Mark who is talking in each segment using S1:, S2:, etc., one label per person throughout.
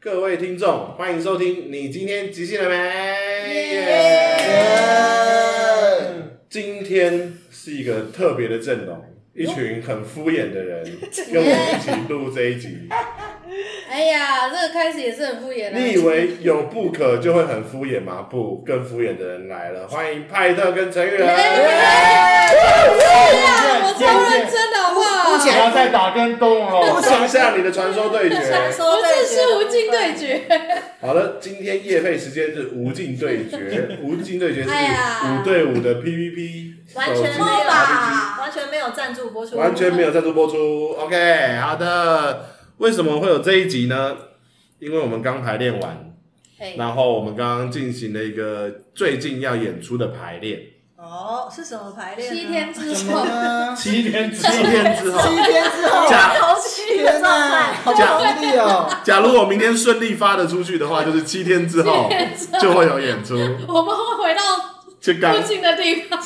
S1: 各位听众，欢迎收听。你今天即兴了没？
S2: 耶
S1: 今天是一个特别的阵容，一群很敷衍的人跟我一起录这一集。
S2: 哎呀，这个开始也是很敷衍的。
S1: 你以为有不可就会很敷衍吗？不，更敷衍的人来了，欢迎派特跟陈玉 仁。
S2: 啊我超认真的，好不好？
S3: 不要再打跟动了。
S1: 放下你的传说对决。
S2: 不是是无尽对决，
S1: 好了，今天夜配时间是无尽对决，无尽对决是
S2: 哎呀
S1: 五对五的 PVP，
S4: 完
S1: 手
S4: 全
S1: 机啊
S4: 没有
S1: 打
S2: 吧
S4: 完全没有赞助播出，
S1: 完全没有赞助播出。OK，好的。为什么会有这一集呢？因为我们刚排练完，
S2: 嘿
S1: 然后我们刚刚进行了一个最近要演出的排 练，
S4: 哦，是什么排练？
S2: 七天，之
S3: 怎
S2: 后
S3: 么，呢？
S1: 七天七天之后，
S3: 七天之后，
S1: 假
S4: 好虚的
S3: 天
S4: 状
S3: 哪，
S4: 态，
S3: 好犀利哦！
S1: 假如我明天顺利发得出去的话，就是七天之后就会有演出。
S2: 我们会回到
S1: 就刚
S2: 附近的地方。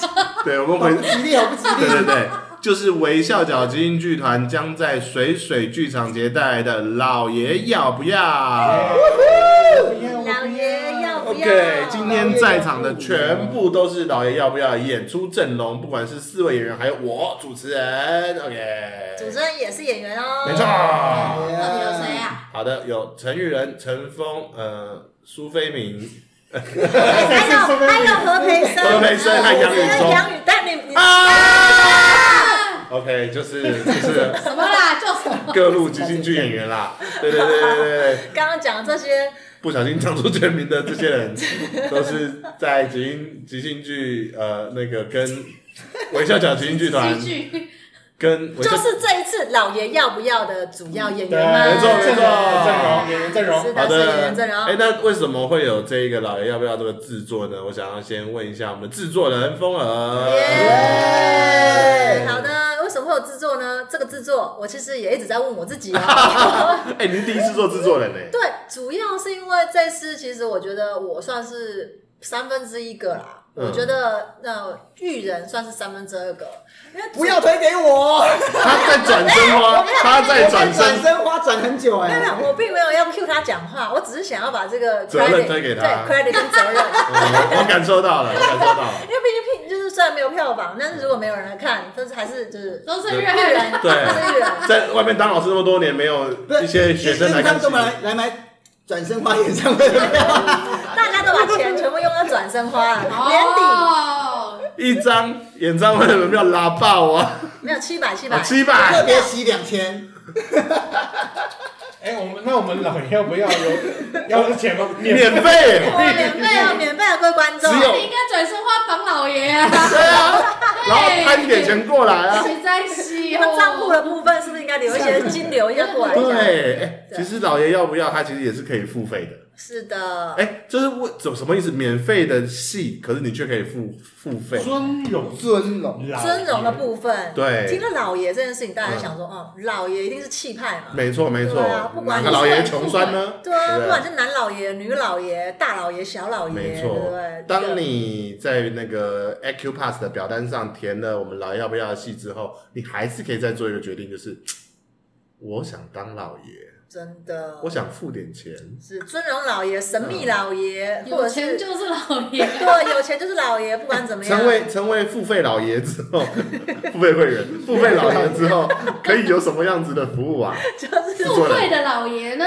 S1: 对，我们
S3: 好
S1: 回
S3: 不吉利，好不吉
S1: 对对
S3: 利。
S1: 对，就是微笑角基因剧团将在水水剧场节带来的《老爷要不要》。
S3: 哎不要
S4: 老爷要不要
S1: OK，今天在场的全部都是老爷要不要演出阵容，不管是四位演员，还有我主持人。OK，
S4: 主持人也是演员哦，
S1: 没错。
S2: 到底有谁？啊？
S1: 好的，有陈玉仁、陈峰、呃苏菲明、
S4: 还有还有何培生，
S1: 何培生和杨宇
S4: 宇
S1: 中
S4: 杨宇，但你你
S1: 啊，OK，就是就是
S2: 什么啦？叫什么？
S1: 各路即兴剧演员啦，对对对对对对，
S4: 刚刚讲这些，
S1: 不小心讲出全名的这些人，都是在即兴即兴剧呃那个跟微笑角即兴剧团
S2: 喜剧
S1: 跟微笑
S4: 就是这一次老爷要不要的主要演
S3: 对
S4: 员吗？
S1: 没错
S3: 阵
S1: 没
S3: 容阵
S1: 错
S3: 容演员阵
S4: 是
S3: 容，
S4: 的，
S1: 好
S4: 是演员
S1: 的
S4: 阵，容。
S1: 哎，那为什么会有这一个老爷要不要这个制作呢？我想要先问一下我们的制作人风儿，
S4: 耶
S3: 耶
S4: 好的，为什么会有制作呢？这个制作，我其实也一直在问我自己 哦。
S1: 哎，您第一次做制作人呢？
S4: 对，主要是因为这次，其实我觉得我算是三分之一个啦。
S1: 嗯
S4: 我觉得那玉人算是三分之二个，因为
S3: 不要推给我，
S1: 他在转身吗？他在转
S3: 转
S1: 身，
S3: 身花转很久
S4: 没有没
S3: 哎。
S4: 有，我并没有要 cue 他讲话，我只是想要把这个 credit,
S1: 责任推给他
S4: 对 credit 跟责任。
S1: 哦我我感受到了，我感受到了。
S4: 因为毕竟就是虽然没有票房，但是如果没有人来看，但是还是就是
S2: 都是越来越人。
S1: 对
S4: 是玉人。
S1: 在外面当老师那么多年，没有一些学生来看
S3: 他们
S1: 戏
S3: 都，来来买转身花演唱会的票，
S4: 大家都把钱全部用到转身花了，年底
S2: 哦，
S1: 一张演唱会的门票拉爆啊，
S4: 没有七百七百，
S1: 七
S3: 特
S1: 百。
S3: 别洗两千。
S5: 哎、我们那我们老爷要不要有要是 钱吗？免
S1: 免费，
S2: 我免
S4: 没
S2: 费
S4: 有
S2: 哦。
S4: 免费的各位观众
S1: 只，有
S2: 你应该转身花绑老爷啊！
S1: 对啊，然后摊一点钱过来啊。
S2: 实在是
S4: 你们
S2: 哦，
S4: 账户的部分是不是应该留一些金流一下过来？
S1: 对，哎
S4: 对
S1: 其实老爷要不要，他其实也是可以付费的。
S4: 是的，
S1: 哎，这是为怎么什么意思？免费的戏，可是你却可以付付费。
S5: 尊荣
S3: 尊龙，
S5: 老爷
S4: 尊荣的部分，
S1: 对嗯
S4: 听到老爷这件事情，大家想说，哦，老爷一定是气派嘛，
S1: 没错没错
S4: 对啊，不
S1: 哪
S4: 管
S1: 个老爷穷酸呢？
S4: 对啊，
S1: 对
S4: 不管是男老爷、女老爷、大老爷、小老爷，
S1: 没
S4: 对不
S1: 错
S4: 对？。
S1: 当你在那个 AQ Pass 的表单上填了我们老爷要不要的戏之后，你还是可以再做一个决定，就是我想当老爷，
S4: 真的
S1: 我想付点钱。
S4: 是尊荣老爷、神秘老爷，或
S2: 有
S4: 者
S2: 钱
S4: 是
S2: 就是老爷。
S4: 对有钱就是老爷，不管怎么
S1: 嗯
S4: 样，
S1: 成为成为付费老爷之后， 付费会 员，付费老爷之后，可以有什么样子的服务啊？
S4: 就是
S2: 付费的老爷呢，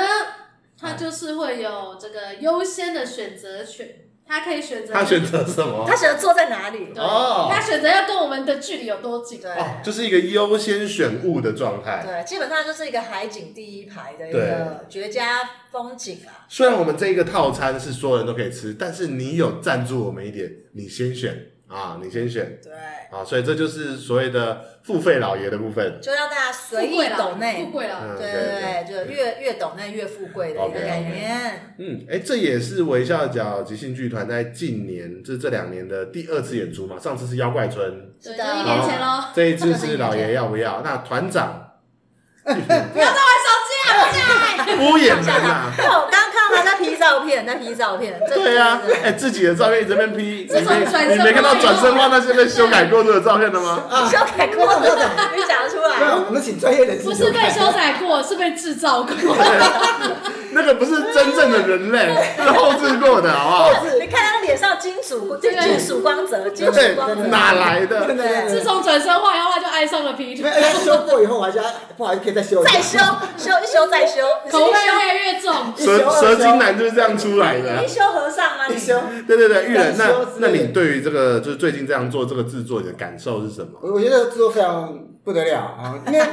S2: 他就是会有这个优先的选择权，他可以选择
S1: 他选择什么
S4: 他？想要坐在哪里，
S2: 对
S1: 哦
S2: 他选择要跟我们的距离有多近。
S4: 对
S1: 哦，就是一个优先选物的状态。
S4: 对，基本上就是一个海景第一排的一
S1: 对
S4: 个绝佳风景啊。
S1: 虽然我们这一个套餐是所有人都可以吃，但是你有赞助我们一点，你先选啊，你先选
S4: 对，
S1: 啊，所以这就是所谓的付费老爷的部分。
S4: 就让大家
S2: 富
S4: 随意
S2: 贵
S4: 抖
S2: 了，富
S4: 内，
S2: 贵了，
S1: 嗯，
S4: 对对对，就越越抖内越富贵的一个
S1: OK，OK
S4: 概念。
S1: 嗯，哎，这也是微笑角即兴剧团在近年，就是这两年的第二次演出嘛。上次是妖怪村，
S2: 对，
S4: 是
S2: 就
S4: 的
S2: 一年前喽。
S1: 这一次是老爷要不 要？那团长
S2: 不要再玩手机了，不要
S1: 敷衍人啊！
S4: 哦对，我刚看到他在 P 照片，在 P 照片，这
S1: 对啊，哎，自己的照片一直在那边 P，
S2: 这
S1: 你
S2: 种
S1: 没
S2: 转身
S1: 你没看到
S2: 花
S1: 转身花那些被修改过的照片了吗？
S4: 你修改过 的，你讲得出
S3: 不然
S4: 来。
S3: 我们请专业人 士
S2: 不是被
S3: 看
S2: 修改过，是被制造过。
S1: 那个不是真正的人类， 是后置过的，好不好？
S4: 你看他脸上金属
S2: 对
S4: 金属光泽，金属光
S1: 对，
S4: 泽，
S1: 哪来
S3: 对
S1: 的？
S3: 对
S2: 自
S3: 对，
S2: 从转身画以后，他就爱上了劈
S3: 因
S2: 腿
S3: 为，而且修过以后，我还觉得不好意思，可以再修一
S4: 再
S3: 下。
S4: 修修一修再修，你是
S2: 口
S4: 一
S2: 味
S4: 修
S2: 越来越重。
S3: 一
S1: 蛇
S3: 修二
S1: 蛇
S3: 修
S1: 精男就是这样出来的
S4: 啊你一。修和尚吗？
S3: 一修，
S1: 对对 对，玉人，
S3: 两修
S1: 那
S3: 之
S1: 那
S3: 类的
S1: 你对于这个就是最近这样做这个制作，你的感受是什么？
S3: 我我觉得制作非常不得了啊，因为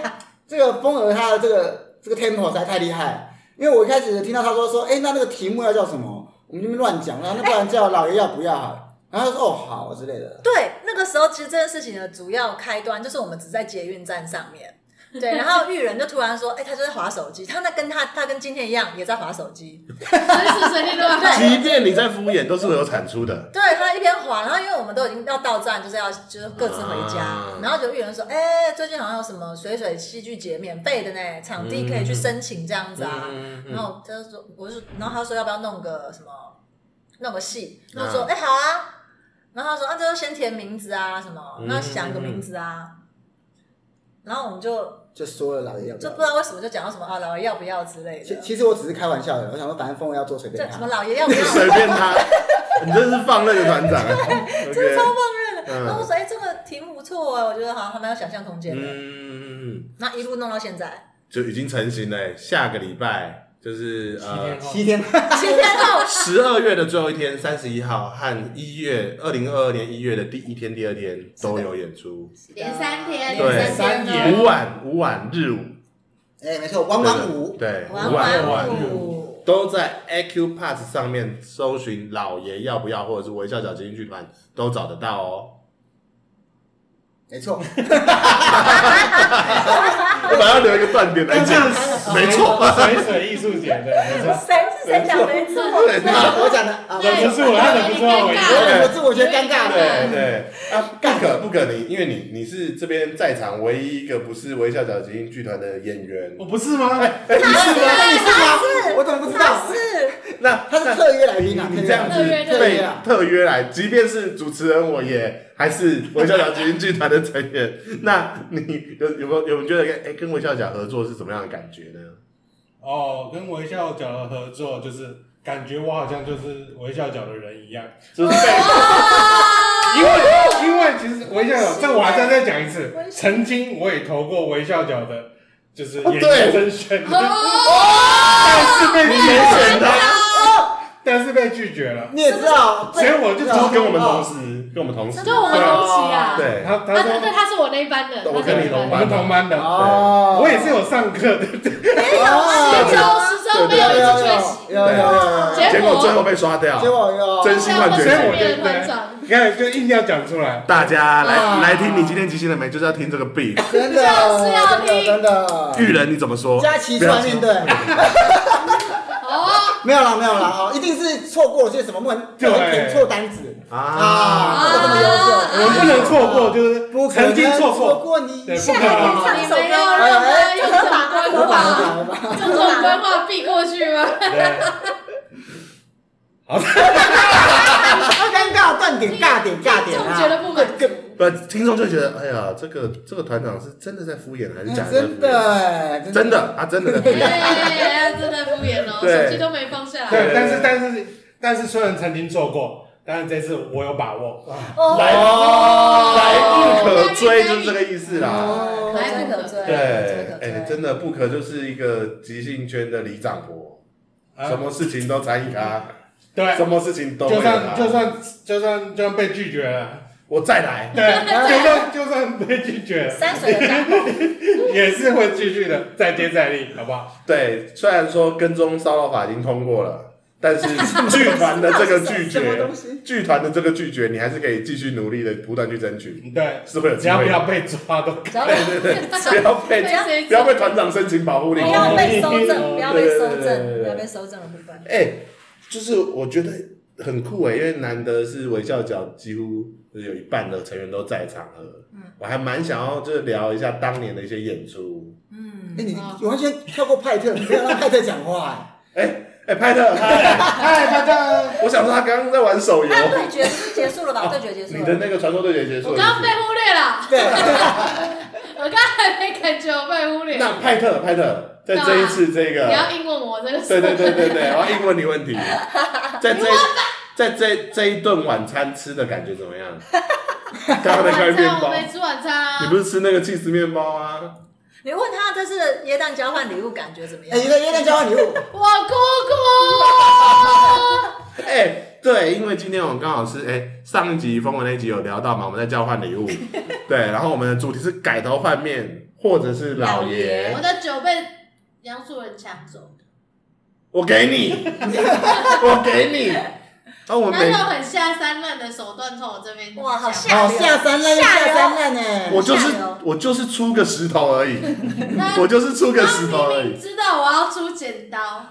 S3: 这个风儿他的这个这个 tempo 实在太厉害。因为我一开始听到他说说，哎，那那个题目要叫什么？我们这边乱讲，然后那不然叫老爷要不要好了？然后他说哦好之类的。
S4: 对，那个时候其实这件事情的主要开端就是我们只在捷运站上面。 对，然后玉人就突然说：“哎、他就在划手机，他那跟他他跟今天一样，也在划手机。
S2: 随时随地都要
S4: 对
S1: 即便你在敷衍，都是有产出的。
S4: 对他一边划，然后因为我们都已经要到站，就是要就是各自回家。
S1: 啊
S4: 然后就玉人说：‘哎、最近好像有什么水水戏剧节免费的呢，场地可以
S3: 嗯
S4: 去申请这样子啊。
S1: 嗯
S4: 然后他就说：‘我就然后他说要不要弄个什么弄个戏？’然后
S3: 嗯
S4: 说：‘哎、好啊。’然后他说：‘啊，这就先填名字啊，什么
S3: 嗯
S4: 那想个名字啊。然后我们就
S3: 就说了老爷要不
S4: 就不
S3: 要
S4: 知？道为什么就讲到什么啊，老爷要不要之类
S3: 其
S4: 的，
S3: 其实我只是开玩笑的，我想说反正风儿要做随
S4: 这
S3: 便
S4: 什
S3: 他
S4: 么。老爷要不要，
S1: 随便 他，你真是放任的团长 啊。OK，
S4: 然后我
S1: 嗯
S4: 说哎，这个题目不错啊，我觉得好像还蛮有想象空间的，
S1: 嗯，
S4: 那一路弄到现在，
S1: 就已经成型了。欸下个礼拜就是
S5: 七
S1: 呃
S5: 天后
S3: 七天，
S4: 七天 后
S1: 十二月的最后一天，三十一号和一月二零二二年一月的第一天、第二天都有演出，
S2: 连三天，
S1: 对
S2: 连三
S5: 三
S2: 天
S5: 天
S2: 哦。
S1: 五晚五晚日舞，
S3: 哎，没错，汪汪舞，
S1: 对，
S4: 玩
S1: 五晚
S4: 玩
S1: 日舞。
S4: 舞，
S1: 都在 AQ Pass 上面搜寻“老爷要不要”或者是“微笑小精英剧团”都找得到 哦。
S3: 没错，
S1: 我把它留一个断点哎来讲，呃没错，
S5: 哦 水水艺术节的，没错。
S4: 谁是谁讲没错？
S3: 那我讲的啊，
S2: 对
S5: 忍不住了他忍不住要
S3: 我
S5: 回
S1: 对
S3: 忍不住，我觉得尴尬
S1: 对
S3: 的。
S1: 对啊，不可不可你，因为你你是这边在场唯一一个不是微笑小精英剧团的演员
S5: 我，不是吗？
S1: 哎
S3: 你是吗？我怎么不知道
S4: 他？是
S1: 那
S3: 他是特约来宾啊，
S1: 你你这样子
S2: 特约特
S1: 被
S3: 约啊
S1: 特约来，即便是主持人，我也还是微笑小精英剧团的成员。那你有有没有有没有觉得跟哎、跟微笑小合作是什么样的感觉呢？
S5: 哦，跟微笑角的合作，就是感觉我好像就是微笑角的人一样，
S1: 就是被
S5: 因为因为其实微笑角，这我还再再讲一次，曾经我也投过微笑角的，就是
S1: 哦
S5: 演员甄选，
S2: 啊哦
S5: 但是被拒
S1: 严选
S5: 绝
S1: 的
S5: 了， 但是被拒绝了，
S3: 你也知道，
S5: 所以我就投
S1: 跟
S5: 给
S1: 我们同时，跟我们同时，
S2: 就我们同期啊。
S1: 对，
S5: 他，他
S2: 啊，对
S5: 说
S2: 对，他是我那一班的，
S1: 我
S2: 他是
S1: 跟你同
S5: 我们
S1: 班
S5: 同班的，
S3: 哦，
S5: 我也是有上课 的，
S4: 没有
S2: 十
S4: 啊，没有
S2: 周
S4: 啊
S2: 十周没
S3: 有
S2: 有一
S3: 有
S2: 直缺席，
S3: 有有有，
S1: 结
S2: 结
S1: 果
S2: 果
S1: 最后被刷掉，
S3: 结果有
S1: 真心
S2: 现在
S1: 换
S2: 我
S1: 角
S2: 是
S5: 所
S1: 色。
S2: 变
S5: 以我就
S2: 成团长，
S5: 你看就硬要讲出来，
S1: 大家来、
S3: 啊
S1: 来听，你今天即兴了没？就是要听这个 beat。
S3: 真的
S2: 就是要
S3: 真的
S2: 听
S3: 真的，
S1: 玉人你怎么说？
S3: 佳琪
S1: 不
S3: 出
S1: 要
S3: 来
S1: 说
S3: 面对，
S2: 哦，
S3: 没有啦没有啦啊，一定是错过些什么，不能不能填错单子
S1: 啊，
S3: 啊，这个这么优
S5: 我
S3: 秀，
S5: 们不能错过，就是
S3: 不可
S5: 曾
S3: 能啊
S5: 经错
S3: 错
S5: 过，
S3: 过你，
S5: 对，不
S4: 现
S5: 可
S4: 在
S5: 能
S4: 可以。唱一首
S2: 你没有
S4: 歌，
S1: 哎
S2: 让他用这
S4: 合
S2: 种规
S3: 合
S4: 法吗
S3: 法
S2: 划，
S3: 合法，
S2: 用这种规划避过去吗？
S5: 对，好的，
S3: 尴尬断点尬点尬点
S2: 这
S3: 啊，
S2: 种觉得不满足。
S1: 不，听众就觉得，哎呀，这个这个团长是真的在敷衍，还是假的在敷衍？
S3: 真的啊真
S1: 真的，他真的在敷衍。
S2: 哎，真的敷衍哦，
S1: 对
S2: 手机都没放下来。
S5: 对，但是但是但是，虽然曾经做过，但是这次我有把握，
S1: 来
S4: 哦，
S1: 来不可追，就是这个意思啦。
S4: 来不可追，
S1: 对，
S4: 来不可
S1: 哎，
S4: 追，
S1: 真的不可就是一个即兴圈的里长伯，
S5: 啊
S1: 什么事情都参与他，
S5: 对，
S1: 什么事情都啊
S5: 就
S1: 会
S5: 算
S1: 他。
S5: 就算就算就算被拒绝了，
S1: 我再来，
S5: 对，就算就算被拒绝了，
S4: 山水的山口，
S5: 也是会继续的，再接再厉，好不好？
S1: 对，虽然说跟踪骚扰法已经通过了， 但是剧团的这个拒
S3: 什么
S1: 绝
S3: 东，西？
S1: 剧团的这个拒绝，你还是可以继续努力的不断去争取，
S5: 对，
S1: 是会有
S5: 只
S1: 机
S5: 要不
S1: 会的。
S5: 要被抓都
S4: 只要不
S1: 不要被
S2: 被谁
S1: 不要被团长申请保护令。
S4: 要被收正，不要被
S1: 对
S4: 收
S1: 对对对对
S4: 正，不要被收正的部分，
S1: 哎、就是我觉得很酷哎、因为难得是微笑角几乎有一半的成员都在场了。嗯，我还蛮想要就是聊一下当年的一些演出。
S4: 嗯
S3: 哎，。你你完全跳过派特，你没有让派特讲话哎。
S1: 哎、哎、拍的，嗨
S5: 嗨，大家，
S1: 我想说他刚刚在玩手游。
S4: 那对决是结束了吧？对决结束
S1: 你的
S4: 了。
S1: 那个传说对决结束
S2: 我
S1: 了
S2: 刚刚
S1: 是
S2: 被忽略了，
S3: 对，哎
S2: 我刚才没感觉我被啊忽
S1: 不是
S2: 略。
S1: 那派特，派特，在这一次这
S2: 你要
S1: 个，
S2: 应问我这个事
S1: 对对对对对，我要硬问你 问题，在这在这这一顿晚餐吃的感觉怎么样？ 刚刚那块
S2: 晚
S1: 面
S2: 餐我
S1: 包，
S2: 没吃晚餐啊
S1: 你。不是吃那个 cheese 面包吗？
S4: 你问他这次的耶诞交换礼物感觉怎么
S3: 哎，一
S4: 样？
S3: 个一个交换礼物，
S2: 我姑姑，
S1: 哎、对，因为今天我们刚好是哎、上一集风文那一集有聊到嘛，我们在交换礼物，对，然后我们的主题是改头换面，或者是老爷
S2: 我，的酒被杨树人抢走，
S1: 我给你，我给你，然后我们
S2: 他
S1: 每
S2: 用很下三滥的手段从我这边
S4: 哇好
S2: 下，
S4: 吓
S3: 好哦下三滥，
S4: 下
S3: 下
S4: 流
S3: 三滥呢。
S1: 我就是
S4: 下流
S1: 我就是出个石头而已，
S2: 那
S1: 我就是出个石头
S2: 他
S1: 而
S2: 明
S1: 已
S2: 明。知道我要出剪刀，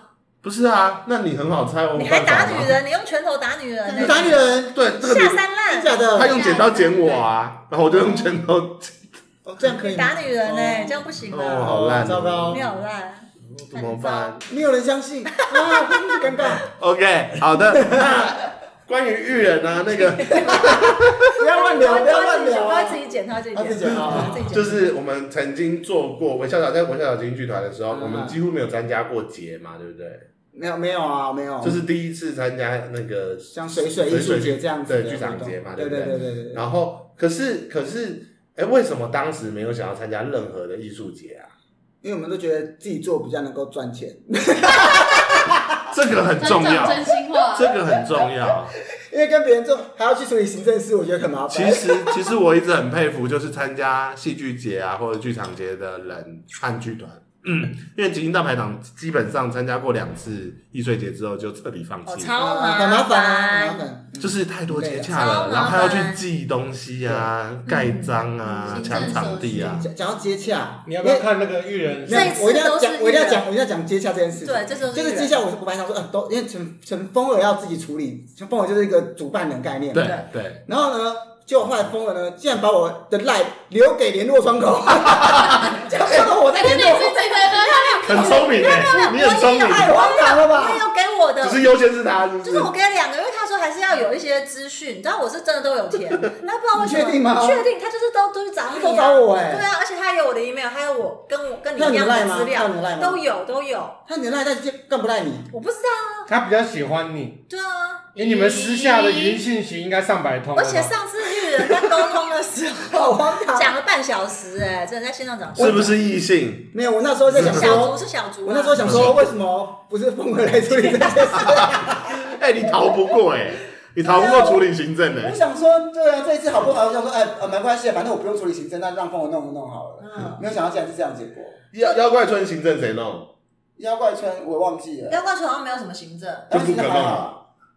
S1: 不是啊，那你很好猜，我
S4: 你
S1: 没
S4: 还
S1: 办法
S4: 打
S1: 吗
S4: 女？人？你用拳头打女人
S3: 你
S4: 呢？
S3: 打女人，
S1: 对，这个
S4: 下
S1: 女
S4: 三
S3: 真假
S4: 滥，
S1: 他
S3: 的？
S1: 用剪刀剪我啊，然后我就用剪刀，
S3: 哦这样可以
S4: 你
S3: 吗
S4: 打女人呢？这样不行
S1: 哦，
S4: 吧？
S1: 好烂哦，
S3: 糟糕
S4: 你好烂。
S1: 怎么办？
S3: 没有人相信啊，尴尬。
S1: OK，好的。那关于育人啊，那个
S3: 不要乱聊，不要乱聊
S4: 他
S3: 啊
S4: 自！己剪，他自己
S3: 他自己
S4: 剪，
S3: 剪啊
S4: 自己剪。
S1: 就是我们曾经做过韦小小在韦小小京剧团的时候，
S3: 嗯
S1: 我们几乎没有参加过节嘛，对不对？
S5: 哦
S3: 没有没有啊，没有，
S1: 就是第一次参加那个
S3: 像水水艺术节这样子的
S1: 对剧场
S3: 活动
S1: 节嘛，
S3: 对
S1: 不
S3: 对对对对。
S1: 然后可是可是，哎，为什么当时没有想要参加任何的艺术节啊？
S3: 因为我们都觉得自己做比较能够赚钱，
S1: 这个很
S2: 他
S1: 重
S2: 讲
S1: 要，
S2: 真心话
S1: 这。个很重要。
S3: 因为跟别人做还要去处理行政事，我觉得很麻
S1: 其
S3: 烦。
S1: 实其实我一直很佩服，就是参加戏剧节啊或者剧场节的人和剧团。嗯，因为《吉星大排档》基本上参加过两次易碎节之后就彻底放
S4: 哦，
S1: 弃，
S4: 超
S3: 啊很麻烦啊，很麻烦。
S1: 就是太多接洽
S4: 累
S1: 了，
S4: 了
S1: 然后还要
S4: 超麻
S1: 去
S4: 烦
S1: 记东西啊、盖章啊、
S2: 嗯
S1: 抢场地啊。
S3: 讲讲到接洽，
S5: 你要不要看那个育人？
S3: 没有？
S4: 这一次
S3: 我一定要
S4: 都是
S3: 讲，我一定要
S4: 艺人
S3: 讲，我一定要讲接洽这件事情。
S4: 对，这就是
S3: 就是接洽我我本来想说，呃，都因为陈陈风儿要自己处理，陈风儿就是一个主办人概念。
S1: 对
S4: 对
S1: 对，
S3: 然后呢，就后来疯了呢，竟然把我的赖留给联络窗口， 这样说我在
S2: 但是
S3: 联
S2: 你
S3: 络，
S2: 是这个，
S1: 很聪明哎，你很聪明，
S3: 太荒唐了
S4: 他
S3: 吧？
S4: 有给我的
S1: 只，是优先是他，就
S4: 就是是我给了两个，因为他说还是要有一些资讯，你知道我是真的都有填，那不知道为什么？
S3: 你确定吗
S4: 确定，他就是都都去找你、啊，
S3: 都找我欸
S4: 对啊，而且他有我的 email，还有我跟我跟你
S3: 那
S4: 一
S3: 你
S4: 样
S3: 赖
S4: 的
S3: 吗
S4: 资料
S3: 那你赖，吗
S4: 都有都有，
S3: 他你的赖，但是更不赖你。
S4: 我不知道啊，
S5: 他比较喜欢你，
S4: 对啊，
S5: 因为你们私下的语音信息应该上百通了
S4: 而
S5: 吧。
S4: 且上次遇人在沟通的时
S3: 好
S4: 候
S3: 荒唐
S4: 讲了半小时、哎，真的在线上讲，
S1: 是不是异性？
S3: 没有，我那时候在想
S4: 小
S3: 说
S4: 竹，是小竹、啊，
S3: 我那时候想说，为什么不是风儿来处理这件事？
S1: 哎，你逃不过哎，你逃不过处理行政
S3: 我
S1: 哎。
S3: 想说，对啊，这一次好不好？我想说，哎，呃，没关系，反正我不用处理行政，那让风儿弄弄好了。
S4: 嗯，
S3: 没有想到竟然是这样的结果。
S1: 妖妖怪村行政谁弄？
S3: 妖怪村我忘记了，
S4: 妖怪球好像没有什么行政，
S1: 这不可
S3: 妖怪村
S1: 能
S3: 还好啊。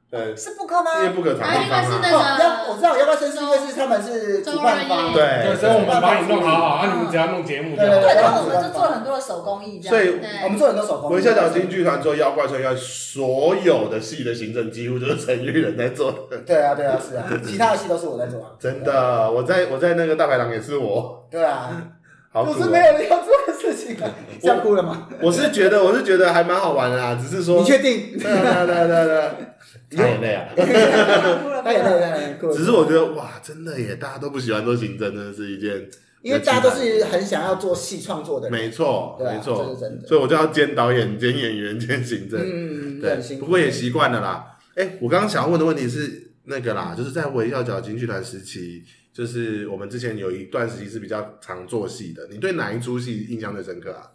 S1: 对，
S4: 是不可吗？
S1: 因为不可
S2: 啊
S1: 偿地
S2: 因为
S1: 方
S2: 是
S1: 啊。
S2: 那
S3: 哦，
S2: 个，
S3: 妖我知道妖怪村是因为是他们是主办方，
S2: 周
S1: 对，
S5: 对，所以我们帮你弄好好，啊，你们只要弄节目就
S3: 对
S4: 对，
S5: 好。
S4: 然后我们就做了很多的手工艺，这
S1: 所
S4: 样。
S1: 以
S3: 我
S2: 对
S3: 们做很多手工。啊
S1: 文夏小金剧团做妖怪村，要所有的戏的行政几乎就是陈玉仁在做，
S3: 对啊，对啊，是啊，其他的戏都是我在做啊。
S1: 真的。我在我在那个大排档也是我，
S3: 对啊，
S1: 好
S3: 就
S1: 苦、
S3: 是没
S1: 哦。
S3: 有人要做的事情啊。这样哭了吗？
S1: 我是觉得我是觉得还蛮好玩的啦，啊只是说
S3: 你确定？
S1: 对啊对啊对啊对啊对啊，擦眼泪啊。
S3: 他也在在哭。
S1: 只是我觉得哇，真的耶，大家都不喜欢做行政，真的是一件
S3: 因为大家都是很想要做戏创作的人，
S1: 没错
S3: 对啊
S1: 没
S3: 这
S1: 错
S3: 是真，的
S1: 所以我就要兼导演、兼演员、兼行政。
S3: 嗯，
S1: 对
S3: 很，辛苦
S1: 不过也习惯了啦。哎、我刚刚想要问的问题是那个啦，就是在微笑角京剧团时期，就是我们之前有一段时期是比较常做戏的。你对哪一出戏印象最深刻啊？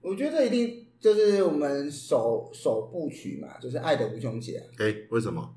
S3: 我觉得一定就是我们首首部曲嘛，就是《爱的无穷节》啊。
S1: 哎、为什么？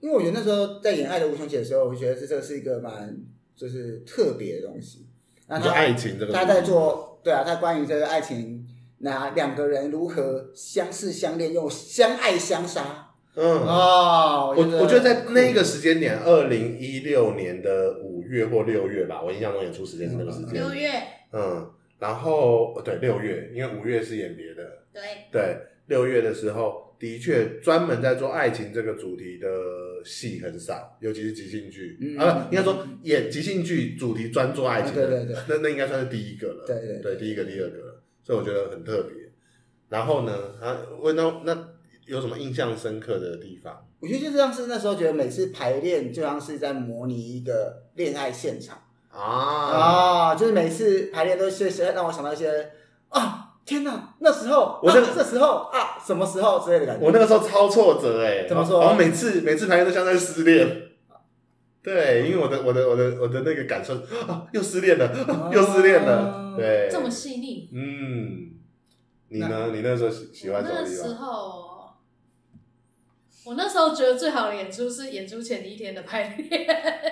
S3: 因为我觉得那时候在演《爱的无穷节》的时候，我觉得是这个是一个蛮就是特别的东西。那
S1: 你说
S3: 他
S1: 爱情这个，
S3: 他在，做对啊，他关于这个爱情，那两个人如何相识、相恋又相爱相杀
S1: 嗯，
S3: 哦
S1: 我我觉得在那个时间点，二零一六年的五月或六月吧，我印象中演出时间是那个时间
S2: 六，月，
S1: 嗯，然后哦对六月，因为五月是演别的，
S2: 对，
S1: 对，六月的时候，的确专门在做爱情这个主题的戏很少，尤其是即兴剧、
S3: 嗯
S1: 啊，不，应该说演即兴剧主题专做爱情的，
S3: 啊对对对
S1: 那那应该算是第一个了，
S3: 对对
S1: 第一个第二个了，所以我觉得很特别。然后呢，啊，问到那有什么印象深刻的地方？
S3: 我觉得就像是那时候觉得每次排练就像是在模拟一个恋爱现场
S1: 啊，
S3: 啊、就是每次排练都是是让我想到一些啊，天哪，那时候
S1: 我
S3: 啊
S1: 这个
S3: 这时候啊什么时候之类的感觉
S1: 我。那个时候超挫折哎、
S3: 怎么说
S1: 然后每次每次排练都像在失恋。对，因为我的我的我的我的那个感受啊，又失恋了，啊又失恋了
S3: 哦。
S1: 对，
S2: 这么细腻。
S1: 嗯，你呢？你那时候喜喜
S2: 我
S1: 欢什么
S2: 那
S1: 地
S2: 时
S1: 方？
S2: 候，我那时候觉得最好的演出是演出前一天的排练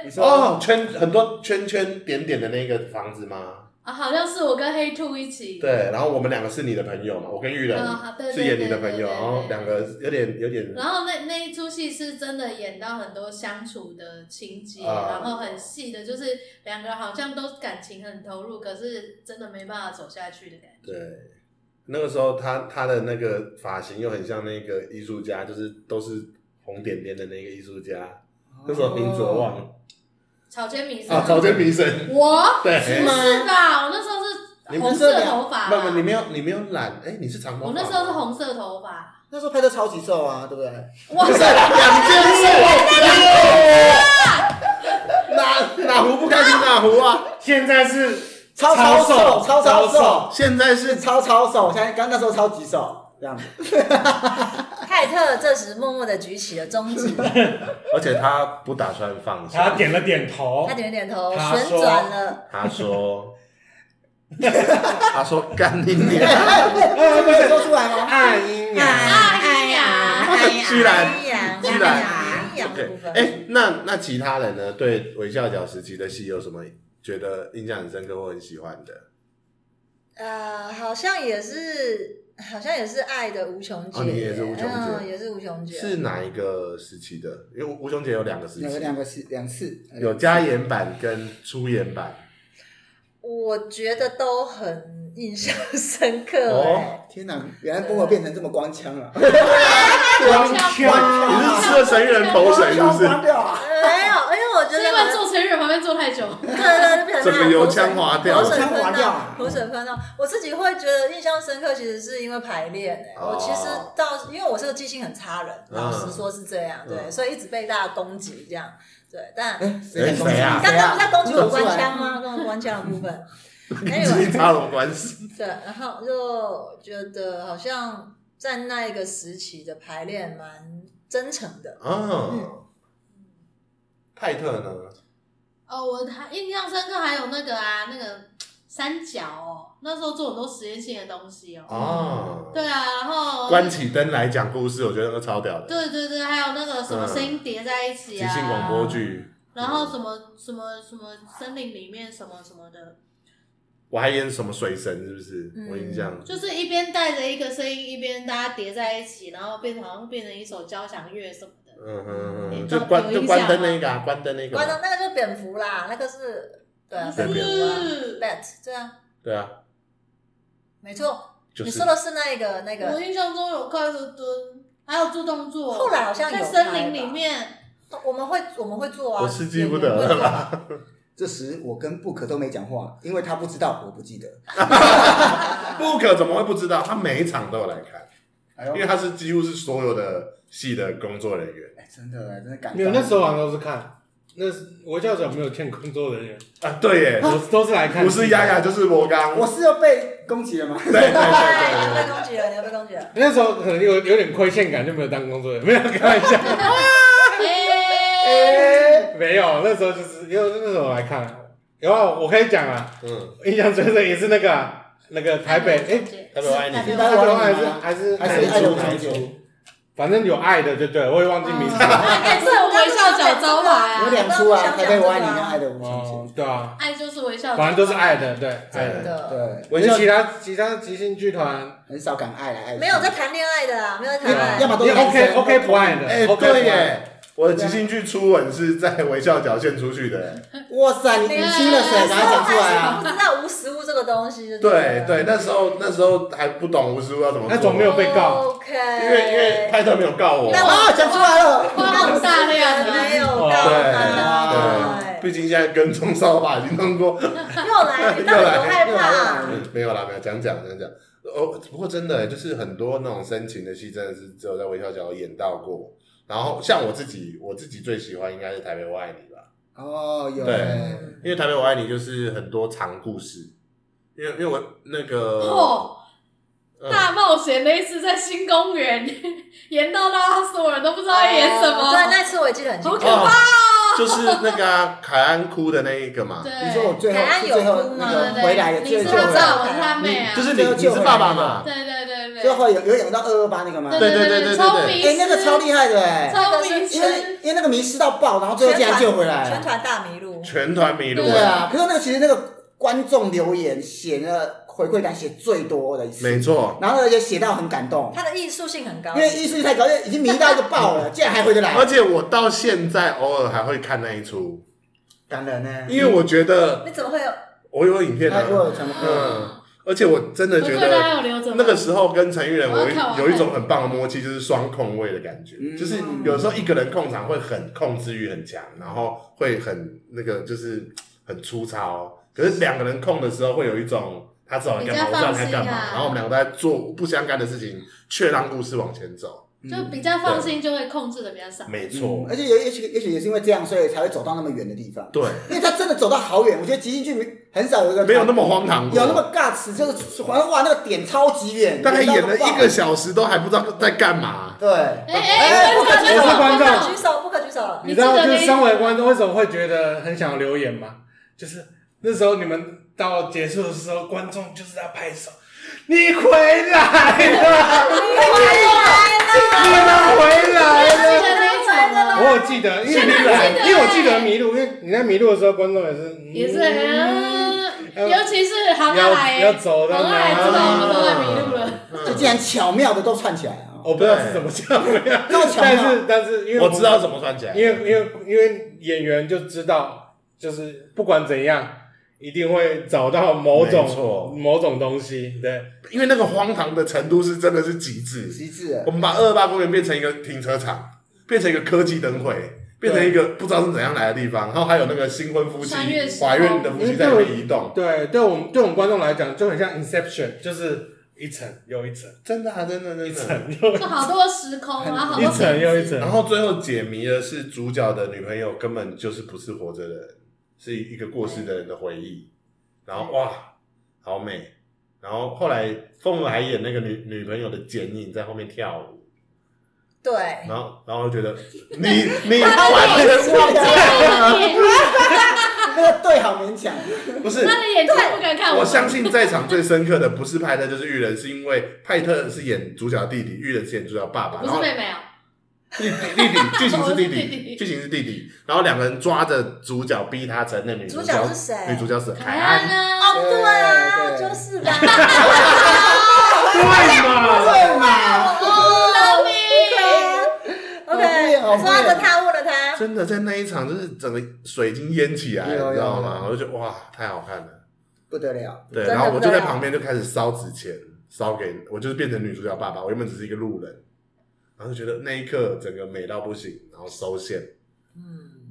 S3: 你说、
S1: 哦，圈很多圈圈点点的那个房子吗？
S2: 啊，好像是我跟黑兔一起。
S1: 对，然后我们两个是你的朋友嘛，我跟玉人
S2: 啊好对
S1: 是
S2: 对
S1: 演你
S2: 对
S1: 的
S2: 对
S1: 朋友，
S2: 对
S1: 然后
S2: 对
S1: 两个有点有点
S2: 然后那那一出戏是真的演到很多相处的情节，
S1: 啊
S2: 然后很细的，就是两个人好像都感情很投入，可是真的没办法走下去的感觉。
S1: 对。那个时候他他的那个发型又很像那个艺术家，就是都是红点点的那个艺术家，
S2: 哦
S1: 那时候名字我忘了
S2: 草间弥生
S1: 啊，草间弥生。
S2: 我
S1: 对，
S2: 不是吧？我那时候
S1: 你
S2: 是
S1: 不
S2: 红
S1: 是
S2: 色头发
S1: 不
S2: 吧，
S1: 不，你没有你没有染，哎，你是长毛
S2: 我
S1: 发吗。
S2: 那时候是红色头发，
S3: 那时候拍的超级瘦啊，对不对？
S2: 哇
S1: 不是两件事，哪哪壶不开提哪壶啊！
S5: 现在是
S3: 超超瘦，超超
S5: 超
S3: 瘦，
S1: 现在是
S3: 是超超瘦。我现在刚那时候超级瘦，这样子。
S4: 泰特这时默默的举起了中指，
S1: 而且他不打算放下。
S5: 他点了点头
S4: 他，点了点头，
S5: 他
S4: 旋
S5: 说
S4: 转了。
S1: 他说：“他说干你娘
S3: 这不是说出来吗？
S5: 暗啊阴阳。
S4: 哎
S1: 哎呀 居然居然
S4: 阴阳的部
S1: ！”OK，
S4: 分，
S1: 哎，那那其他人呢？对微笑角时期的戏有什么觉得印象很深刻或很喜欢的？
S4: 呃，好像也是，好像也是爱的无穷
S1: 哦
S4: 劫，
S1: 你也是无穷劫
S4: 嗯，也是无穷劫，
S1: 是哪一个时期的？因为吴吴雄杰有两个时
S3: 两个两
S1: 期，
S3: 个是两次，哎
S1: 有加演版跟出演版。
S4: 我觉得都很印象深刻、
S1: 哦
S4: 哎
S3: 天哪，原来风格变成这么光 腔了，
S5: 光
S1: 你
S5: 枪，
S1: 是吃了神人头水是不是？
S3: 关掉啊！
S4: 没有，因为我觉
S2: 是
S4: 得
S2: 因
S4: 好
S2: 为
S4: 像
S2: 坐成人旁边坐太久，
S4: 对对对，变成
S1: 整个油腔滑调
S4: 口水
S3: 油腔
S4: 喷
S3: 滑调
S4: 到
S3: 啊
S4: 口水喷到。我自己会觉得印象深刻，其实是因为排练、欸
S1: 哦
S4: 我其实到，因为我是个记性很差人，
S1: 嗯
S4: 老实说是这样，对，
S1: 嗯
S4: 所以一直被大家攻击这样，对，但。
S3: 哎，
S1: 哎谁啊
S4: 刚刚不是在攻击我
S3: 说出
S4: 官
S3: 来
S4: 腔吗？跟我官腔的部分。
S1: 跟自
S4: Anyway，
S1: 己差什么关系？
S4: 对，然后就觉得好像在那一个时期的排练蛮真诚的，
S1: 哦，派特呢？
S2: 哦，我还印象深刻还有那个啊，那个三角哦，那时候做很多实验性的东西哦。
S1: 哦，
S2: 对啊，然后
S1: 关起灯来讲故事，我觉得那个超屌的，
S2: 对对对，还有那个什么声音叠在一
S1: 即
S2: 起啊，
S1: 兴广播，剧。
S2: 然后什么什么什么森林里面什么什么的，
S1: 我还演什么水神，是不是？
S4: 嗯
S1: 我印象
S2: 就是一边带着一个声音，一边大家叠在一起，然后变成好像变成一首交响乐什么的。
S1: 嗯嗯嗯，
S2: 你
S1: 就
S2: 都
S1: 关
S2: 有
S1: 就
S2: 印
S1: 关
S2: 象
S1: 灯
S2: 吗
S1: 那个啊，关灯那个
S4: 关
S1: 嘛，
S4: 到那个就是蝙蝠啦，那个是对啊，
S1: 对
S4: 蝙
S1: 蝙
S4: 蝠
S1: 蝠
S4: 啊
S2: 是，
S4: ，bat，对啊，
S1: 对啊，
S4: 没错，
S1: 就
S4: 你
S1: 是
S4: 说的是那个那
S2: 我
S4: 个
S2: 印象中有快速蹲，还有做动作。
S4: 后来好像有
S2: 在
S4: 拍
S2: 森林
S4: 吧
S2: 里面，
S4: 我们会我们会做啊，
S1: 我是记不得了 啦
S4: 吧？
S3: 这时我跟布可都没讲话，因为他不知道，我不记得。
S1: 不可怎么会不知道？他每一场都有来看，
S3: 哎呦
S1: 因为，他是几乎是所有的戏的工作人员
S3: 哎真的，真的感动
S5: 没有，那时候啊好像都是看，那是我教长没有欠工作人员，
S1: 啊。对耶，
S5: 哎我都是来看，
S1: 不是丫丫就是罗刚，
S3: 我是要被攻击了吗？
S1: 对对对
S4: 对，哎你
S1: 对
S4: 要
S1: 对
S4: 被攻击了，你要被攻击了。
S5: 那时候可能有有点亏欠感，就没有当工作人员，没有开玩笑，
S2: 哎，
S5: 没有，那时候就是因为那时候我来看啊，有啊，我可以讲啊，
S1: 对，嗯。
S5: 印象最深也是那个啊那个台北，哎、
S2: 哦
S1: 台北我爱你
S2: 是
S5: 台
S3: 台
S5: 北
S3: 北
S5: 湾
S3: 湾
S5: 还
S3: 还
S5: 是
S3: 是还是
S5: 还是
S3: 啊
S5: 台
S3: 爱
S5: 出
S3: 的
S5: 台
S3: 台
S5: 出
S3: 出，
S5: 反正有爱的，就对我也忘记名字了。
S2: 哎，这是微笑角招牌
S3: 有
S2: 啊！
S3: 两出啊，台北我爱你跟爱的无穷
S5: 哦
S3: 尽。，
S5: 对啊，
S2: 爱就是微笑，
S5: 反正都是爱。的，对爱
S1: 对
S5: 的。
S4: 的，
S3: 对，
S1: 微笑
S5: 其他其他即兴剧团
S3: 很少敢爱来爱去。
S4: 没有在谈恋爱的啦，没有在谈
S5: 对
S4: 恋
S5: 啊
S4: 爱。
S3: 要么都
S5: 也
S3: 是男生
S5: OK OK 不爱的，
S1: 哎、
S5: OK 不爱
S1: 对耶，我的即兴剧初吻是在微笑角献出去的。
S3: 哇塞，你你亲了谁？赶快讲出来啊！
S4: 不知道无实物这个东西就
S1: 对
S4: 了
S1: 对，那时候那时候还不懂吴师傅要怎么做，
S5: 那种没有被告
S4: OK，
S1: 因为因为派特没有告我，
S4: 哎那
S5: 哦
S3: 啊，讲出来了。
S2: 花很大
S3: 啊
S2: 量
S4: 没
S2: 的，
S4: 有告
S1: 对
S4: 白，
S1: 啊毕竟现在跟踪骚法已经通过，
S4: 又来，你到底多害
S3: 又来又
S4: 怕
S3: 来？
S1: 没有啦没有讲讲讲讲，哦，不过真的、就是很多那种深情的戏，真的是只有在微笑角演到过。然后像我自己，我自己最喜欢应该是《台北我爱你》吧，
S3: 哦，有
S1: 对
S3: 欸
S4: 嗯
S1: 因为《台北我爱你》就是很多长故事。因为因为我那个
S2: 哦，
S1: 嗯
S2: 大冒险那一次在新公园 演到大家所有人都不知道在演什么，
S4: 哦对，那次我也记得很清
S2: 好
S4: 楚。
S2: 可怕。
S1: 就是那个啊凯安哭的那一个嘛，
S2: 对，
S3: 你说我最后
S4: 凯安
S3: 是
S4: 有
S3: 最后
S4: 哭吗
S3: 那
S2: 对
S3: 个
S2: 对
S3: 回来的
S2: 你
S3: 最
S2: 是
S3: 后
S2: 他
S3: 救回来
S2: 爸，我是他妹啊，
S1: 嗯就是你你是爸爸嘛，
S2: 对啊对对对，
S3: 最后有有演到二二八那个吗？
S2: 对
S1: 对
S2: 对
S1: 对对
S2: 超
S1: 对
S2: 迷
S3: 哎，那个超厉害的哎，
S2: 超迷
S3: 因
S2: 痴，
S3: 为因为那个迷失到爆，然后最后竟然救回来
S4: 全
S3: 了。
S4: 团大迷路。
S1: 全团迷路
S3: 对
S1: 了，
S3: 啊，可是那个其实那个观众留言写的回馈单写最多的一次，
S1: 没错，
S3: 然后而且写到很感动，
S4: 他的艺术性很高，
S3: 因为艺术太高，因为已经迷到一个爆 了，竟然还回
S1: 而
S3: 得来，
S1: 且我到现在偶尔还会看那一出，
S3: 感人呢。哎
S1: 因为我觉得
S4: 你怎么会有？
S1: 我有影片
S3: 他如
S1: 啊，
S3: 果有传播
S1: 嗯，而且我真的觉
S2: 大家
S1: 得
S2: 有留着吗
S1: 那个时候跟陈玉仁，
S2: 我要
S1: 我
S2: 看我要
S1: 有
S2: 看
S1: 有一种很棒的默契，就是双控位的感觉，
S3: 嗯
S1: 就是有时候一个人控场会很控制欲很强，然后会很那个就是很粗糙，可是两个人控的时候会有一种。他知道你干嘛，我
S2: 比
S1: 知
S2: 较
S1: 道
S2: 放
S1: 你
S2: 心
S1: 在
S2: 啊
S1: 干嘛，然后我们两个在做不相干的事情，却让故事往前走。
S2: 就比较放心，就会控制的比较少。
S1: 没
S3: 嗯
S1: 错，
S3: 而且也也许也许也是因为这样，所以才会走到那么远的地方。
S1: 对，
S3: 因为他真的走到好远，我觉得即兴剧没很少有一个
S1: 没有那么荒唐过，
S3: 有那么 guts，就是好像哇那个点超级远，
S1: 大概演了
S3: 到
S1: 一
S3: 爆
S1: 个小时都还不知道在干嘛。
S3: 对，
S2: 哎哎，
S3: 不可
S5: 举手
S2: 观
S5: 观
S2: 众
S5: 众
S4: 举手不可举手了。
S5: 你知道，
S2: 你记得
S5: 就是
S2: 那一
S5: 身为观众，为什么会觉得很想留言吗？就是那时候你们到结束的时候，观众就是在拍手，你回来了，你们回来了。
S2: 哦
S5: 我有记得，因为
S2: 现在
S5: 迷
S2: 还记
S5: 路，
S2: 得
S5: 因为我记得迷路，因为你在迷路的时候，观众也是
S2: 也是，
S5: 嗯
S2: 嗯尤其是航阿来，
S5: 要要走到
S2: 航阿来
S5: 哪
S2: 知道我们都在迷路了。
S3: 就竟然巧妙的都串起来啊！
S1: 哦
S5: 我不知道是怎么讲的，
S3: 这么巧
S5: 但
S3: 妙，
S5: 是但是因为
S1: 我知道怎么穿起来，
S5: 因为因为因为演员就知道，就是不管怎样，一定会找到某
S1: 没错
S5: 种某种东西。对，
S1: 因为那个荒唐的程度是真的是极致。
S3: 极致了
S1: 我。们把二二八公园变成一个停车场，变成一个科技灯会，变成一个不知道是怎样来的地方，然后还有那个新婚夫妻
S2: 穿越时、空
S1: 怀孕的夫妻在那边移动，
S5: 对，对我们对我们观众来讲，就很像 Inception，就是一层又一层，
S1: 真的啊，真的真
S5: 一
S1: 的。
S5: 层又
S2: 就好多时空，然后好多
S5: 一层又一
S2: 层。
S5: 层
S1: 然。后最后解谜的是主角的女朋友根本就是不是活着的人，是一个过世的人的回忆。然后哇，好美。然后后来凤舞还演那个女女朋友的剪影在后面跳舞，
S4: 对，
S1: 然后然后就觉得你你完全忘记
S2: 他的眼
S3: 啊那个对好勉强，
S1: 不是。
S2: 他的眼睛不敢看
S1: 我相信在场最深刻的不是派特就是玉人，是因为派特是演主角弟弟，玉人是演主角爸爸，然
S2: 不是
S1: 后
S2: 妹妹啊，
S1: 弟弟弟弟剧情 是弟
S2: 我是弟
S1: 弟，
S2: 弟
S1: 剧情是弟弟，然后两个人抓着主角逼他承认女主
S4: 主角是谁
S1: 女主角是
S2: 凯
S1: 凯
S2: 安
S1: 安，
S2: 啊，
S4: 哦，对啊，
S3: 对对
S4: 就是吧。
S5: 对嘛？
S3: 对嘛？
S2: 救命！
S4: OK，
S3: 好
S4: 我
S3: 变
S4: 说他他问了他，
S1: 真的在那一场就是整个水已经淹起来
S3: 有
S1: 了，
S3: 有
S1: 你知道吗？我就觉得哇，太好看了。
S3: 不得了，
S1: 对，
S4: 真的
S1: 然后我就在
S4: 不得了
S1: 旁边就开始烧纸钱，烧给我就是变成女主角爸爸，我原本只是一个路人，然后就觉得那一刻整个美到不行，然后收线。
S4: 嗯，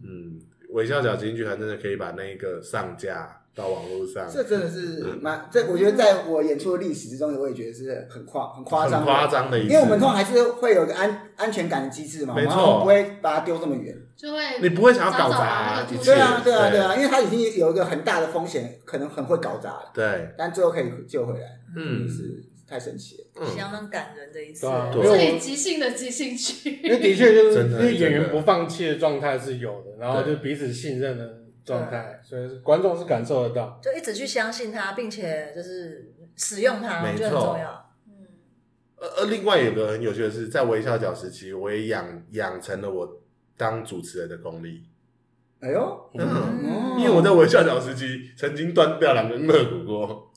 S1: 嗯，微笑角金剧团真的可以把那一个上架到网络上，
S3: 这真的是蛮这，我觉得在我演出的历史之中，我也觉得是很夸很夸
S1: 很
S3: 张
S1: 夸
S3: 的。
S1: 张的一次。
S3: 因为我们通常还是会有个安安全感的机制嘛，
S1: 没错
S3: 然后不会把它丢这么远。
S2: 就会
S1: 你不会想要搞
S2: 早
S1: 砸、
S2: 早把那个
S1: 一
S2: 图
S1: 切，
S3: 对啊，对啊，对啊，因为它已经有一个很大的风险，可能很会搞砸了，
S1: 对，
S3: 但最后可以救回来，
S1: 嗯
S3: 是太神奇了。
S1: 嗯，
S4: 相当感人的一次
S5: 对。啊，
S1: 对
S5: 因为
S2: 这
S5: 我
S2: 里即兴的即兴剧，
S5: 因为的确就是
S1: 真
S5: 因
S1: 的
S5: 为演
S1: 真
S5: 员
S1: 的
S5: 不放弃的状态是有的，然后就彼此信任的状
S1: 啊
S5: 态，所以观众是感受得到。
S4: 就一直去相信他，并且就是使用它，
S1: 没
S4: 我觉得很
S1: 错
S4: 重要。
S1: 呃呃，另外有个很有趣的是，在微笑角时期，我也养养成了我当主持人的功力。
S3: 哎呦，
S1: 嗯，
S3: 嗯
S1: 因为我在微笑角时期曾经断掉两根肋骨过，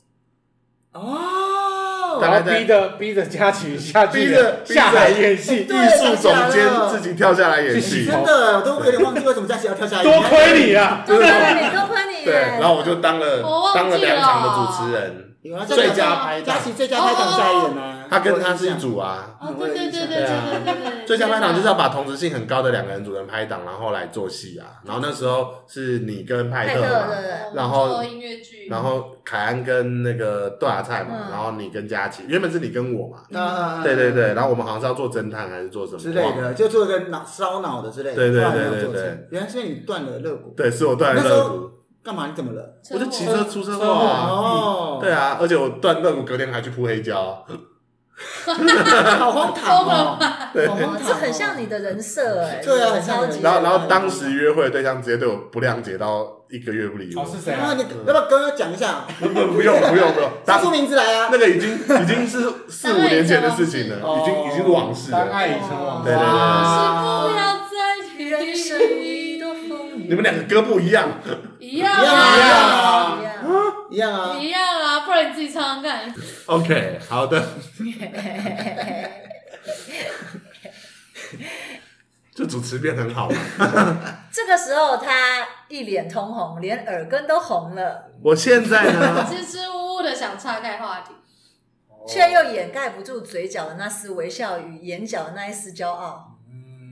S3: 哦，
S1: 大
S5: 然
S1: 概
S5: 后
S1: 在
S5: 逼着逼着佳琪下去
S1: 逼着逼着
S5: 下海演戏，
S1: 艺
S3: 对
S1: 术总
S3: 想起
S1: 监
S3: 来了
S1: 自己跳下来演
S5: 去洗
S1: 戏
S5: 头。
S3: 真的，我都有点忘记为什么佳琪要跳下来。
S5: 多亏你啊！
S4: 多亏你，多亏你耶。
S1: 对，然后我就当了
S2: 我忘记
S1: 当了两场的
S2: 了
S1: 主持人，
S3: 有啊，
S1: 最佳拍档
S3: 佳琪最佳拍档下一演啊，
S1: 他跟他是一组啊，
S2: 哦，对对对对对对对对，
S1: 最佳拍档就是要把同质性很高的两个人组成拍档，然后来做戏啊。然后那时候是你跟派
S4: 派
S1: 特
S4: 特
S1: 嘛，
S4: 对对，
S1: 然后
S2: 我们做音乐剧，
S1: 然后凯安跟那个豆芽菜嘛，
S4: 嗯
S1: 然后你跟佳琪，原本是你跟我嘛，
S3: 啊
S1: 对对对，然后我们好像是要做侦探还是做什么
S3: 之类
S1: 忘了
S3: 的，就做一个脑烧脑的之类的，
S1: 对对
S3: 不然没有
S1: 对对
S3: 做成
S1: 对
S3: 原来是因为你断了肋骨，
S1: 对，是我断了
S3: 那时
S1: 肋
S3: 候
S1: 骨，
S3: 干嘛？你怎么了？
S2: 车
S1: 我
S2: 祸
S1: 就骑车出车祸啊，
S3: 哦，
S1: 对啊，而且我断肋骨隔天还去铺黑胶，
S3: 好荒唐哦，好荒
S4: 哇
S3: 唐，
S4: 这很像你。的人设哎，
S3: 对啊很像
S4: 超
S3: 人
S4: 级
S1: 然后
S3: 对
S1: 然后当时约会的对象直接对我不谅解到一个月不理我
S5: 哦，，是谁
S3: 然
S5: 啊
S3: 后？你要不要跟我讲一下？
S1: 不不不用不用不用，
S3: 讲
S1: 当
S3: 出名字来啊
S1: 那！个已经已经是四五年前的事情了，
S3: 哦
S1: 已经已经是往事
S5: 当
S1: 了。
S5: 爱已成往
S1: 对对
S5: 事，
S2: 是
S3: 哇
S2: 不要再提
S4: 人生一朵风雨，
S1: 你们两个歌不一样，
S2: 一样
S3: 一样
S2: 啊，
S3: 啊一
S4: 一样
S3: 样啊，
S2: 一样啊，不然你自己唱唱看。
S1: OK，好 的，就主持变很好了。
S4: 这个时候他一脸通红，连耳根都红了，
S1: 我现在呢，
S2: 支支吾吾的想岔开话题，
S4: 却又掩盖不住嘴角的那丝微笑与眼角的那一丝骄 傲。